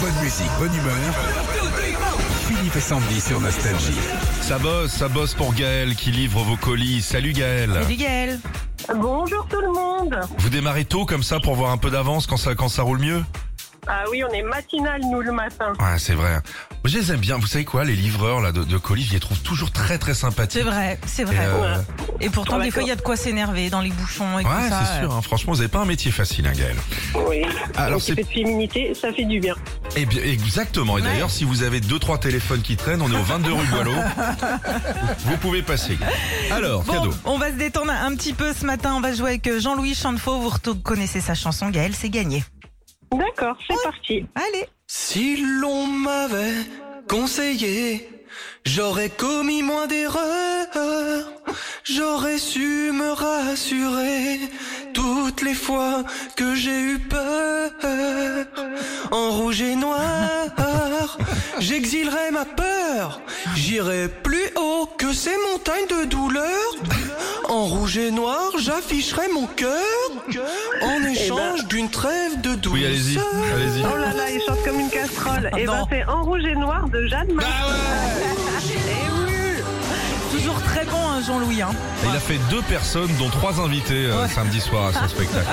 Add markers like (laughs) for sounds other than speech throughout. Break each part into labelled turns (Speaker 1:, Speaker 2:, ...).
Speaker 1: Bonne musique, bonne humeur. Philippe et Sandy sur Nostalgie.
Speaker 2: Ça bosse, ça bosse pour Gaël qui livre vos colis. Salut Gaël.
Speaker 3: Salut Gaël.
Speaker 4: Bonjour tout le monde.
Speaker 2: Vous démarrez tôt comme ça pour avoir un peu d'avance quand ça, quand ça roule mieux
Speaker 4: Ah oui, on est matinal nous le matin.
Speaker 2: Ouais, c'est vrai. Je les aime bien. Vous savez quoi, les livreurs là, de, de colis, je les trouve toujours très très sympathiques.
Speaker 3: C'est vrai, c'est
Speaker 2: Et,
Speaker 3: vrai. Et,
Speaker 2: euh,
Speaker 3: pourtant,
Speaker 4: Ouais,
Speaker 3: des fois, il y a de quoi s'énerver dans les bouchons et tout
Speaker 2: ouais,
Speaker 3: ça.
Speaker 2: c'est sûr. hein. Franchement, vous n'avez pas un métier facile, hein, Gaël.
Speaker 4: Oui.
Speaker 2: Alors,
Speaker 4: Un
Speaker 2: c'est-
Speaker 4: petit peu de féminité, ça fait du bien.
Speaker 2: Eh bien, exactement. Et
Speaker 3: Ouais.
Speaker 2: d'ailleurs, si vous avez deux trois téléphones qui traînent, on est au 22 rue
Speaker 3: (laughs)
Speaker 2: Boileau. vous pouvez passer. Gaël. Alors,
Speaker 3: Bon,
Speaker 2: cadeau.
Speaker 3: on va se détendre un petit peu ce matin. On va jouer avec euh, Jean-Louis Chantefaux. Vous reconnaissez sa chanson, Gaël, c'est gagné.
Speaker 4: D'accord, c'est parti.
Speaker 3: Allez.
Speaker 5: Si l'on m'avait conseillé, j'aurais commis moins d'erreurs, j'aurais su me rassurer toutes les fois que j'ai eu peur. En rouge et noir, j'exilerai ma peur, j'irai plus haut que ces montagnes de douleur. En rouge et noir, j'afficherai mon cœur en échange d'une trêve de douceur.
Speaker 2: Oui, allez-y, allez-y.
Speaker 4: Oh là là, il chante comme une casserole. Et ben
Speaker 3: Non.
Speaker 4: c'est En rouge et noir de Jeanne
Speaker 2: Bah,
Speaker 4: Marais.
Speaker 3: Toujours très bon, hein, Jean-Louis. hein.
Speaker 2: Il a fait deux personnes, dont trois invités euh, samedi soir à son spectacle.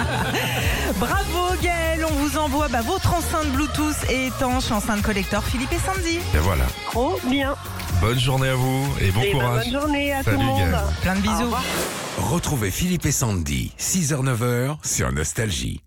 Speaker 3: Bravo, Gaël. On vous envoie bah, votre enceinte Bluetooth et étanche, enceinte collector Philippe et Sandy.
Speaker 2: Et voilà.
Speaker 4: Trop bien.
Speaker 2: Bonne journée à vous et bon
Speaker 4: Et ben,
Speaker 2: courage.
Speaker 4: bonne journée à
Speaker 2: Salut,
Speaker 4: tout le monde.
Speaker 2: Gaël.
Speaker 3: Plein de
Speaker 4: Au
Speaker 3: bisous.
Speaker 4: revoir.
Speaker 1: Retrouvez Philippe et Sandy, 6h-9h sur Nostalgie.